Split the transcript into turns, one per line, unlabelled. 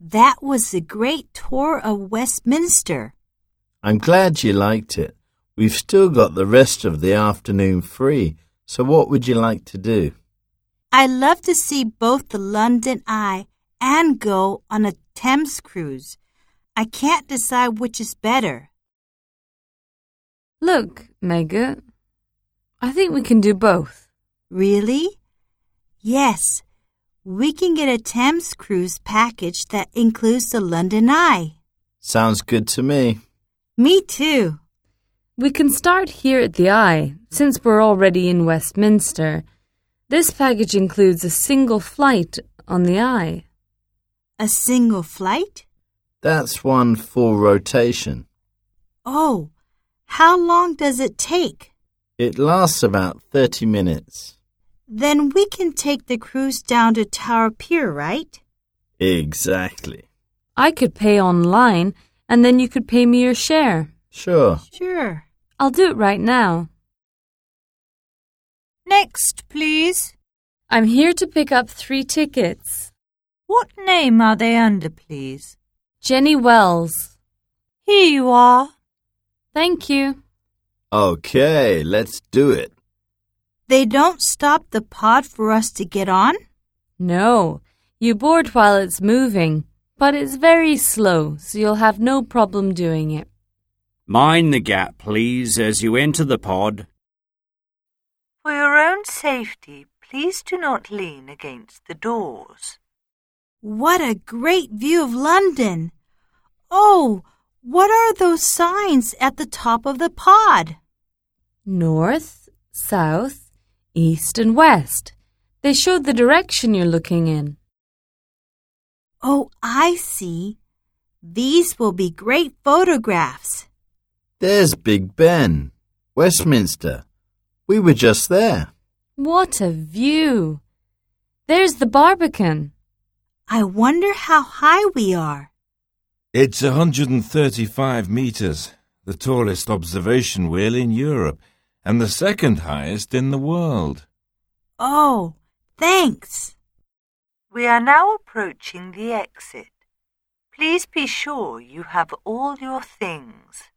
That was the great tour of Westminster.
I'm glad you liked it. We've still got the rest of the afternoon free, so what would you like to do?
I love to see both the London Eye and go on a Thames cruise. I can't decide which is better.
Look, Mega, I think we can do both.
Really? Yes. We can get a Thames cruise package that includes the London Eye.
Sounds good to me.
Me too.
We can start here at the Eye, since we're already in Westminster. This package includes a single flight on the Eye.
A single flight?
That's one full rotation.
Oh, how long does it take?
It lasts about 30 minutes.
Then we can take the cruise down to Tower Pier, right?
Exactly.
I could pay online, and then you could pay me your share.
Sure.
Sure.
I'll do it right now.
Next, please.
I'm here to pick up three tickets.
What name are they under, please?
Jenny Wells.
Here you are.
Thank you.
Okay, let's do it.
They don't stop the pod for us to get on?
No, you board while it's moving, but it's very slow, so you'll have no problem doing it.
Mind the gap, please, as you enter the pod.
For your own safety, please do not lean against the doors.
What a great view of London! Oh, what are those signs at the top of the pod?
North, south, east, and west. They show the direction you're looking in.
Oh, I see. These will be great photographs.
There's Big Ben, Westminster. We were just there.
What a view! There's the Barbican.
I wonder how high we are.
It's 135 meters, the tallest observation wheel in Europe, and the second highest in the world.
Oh, thanks.
We are now approaching the exit. Please be sure you have all your things.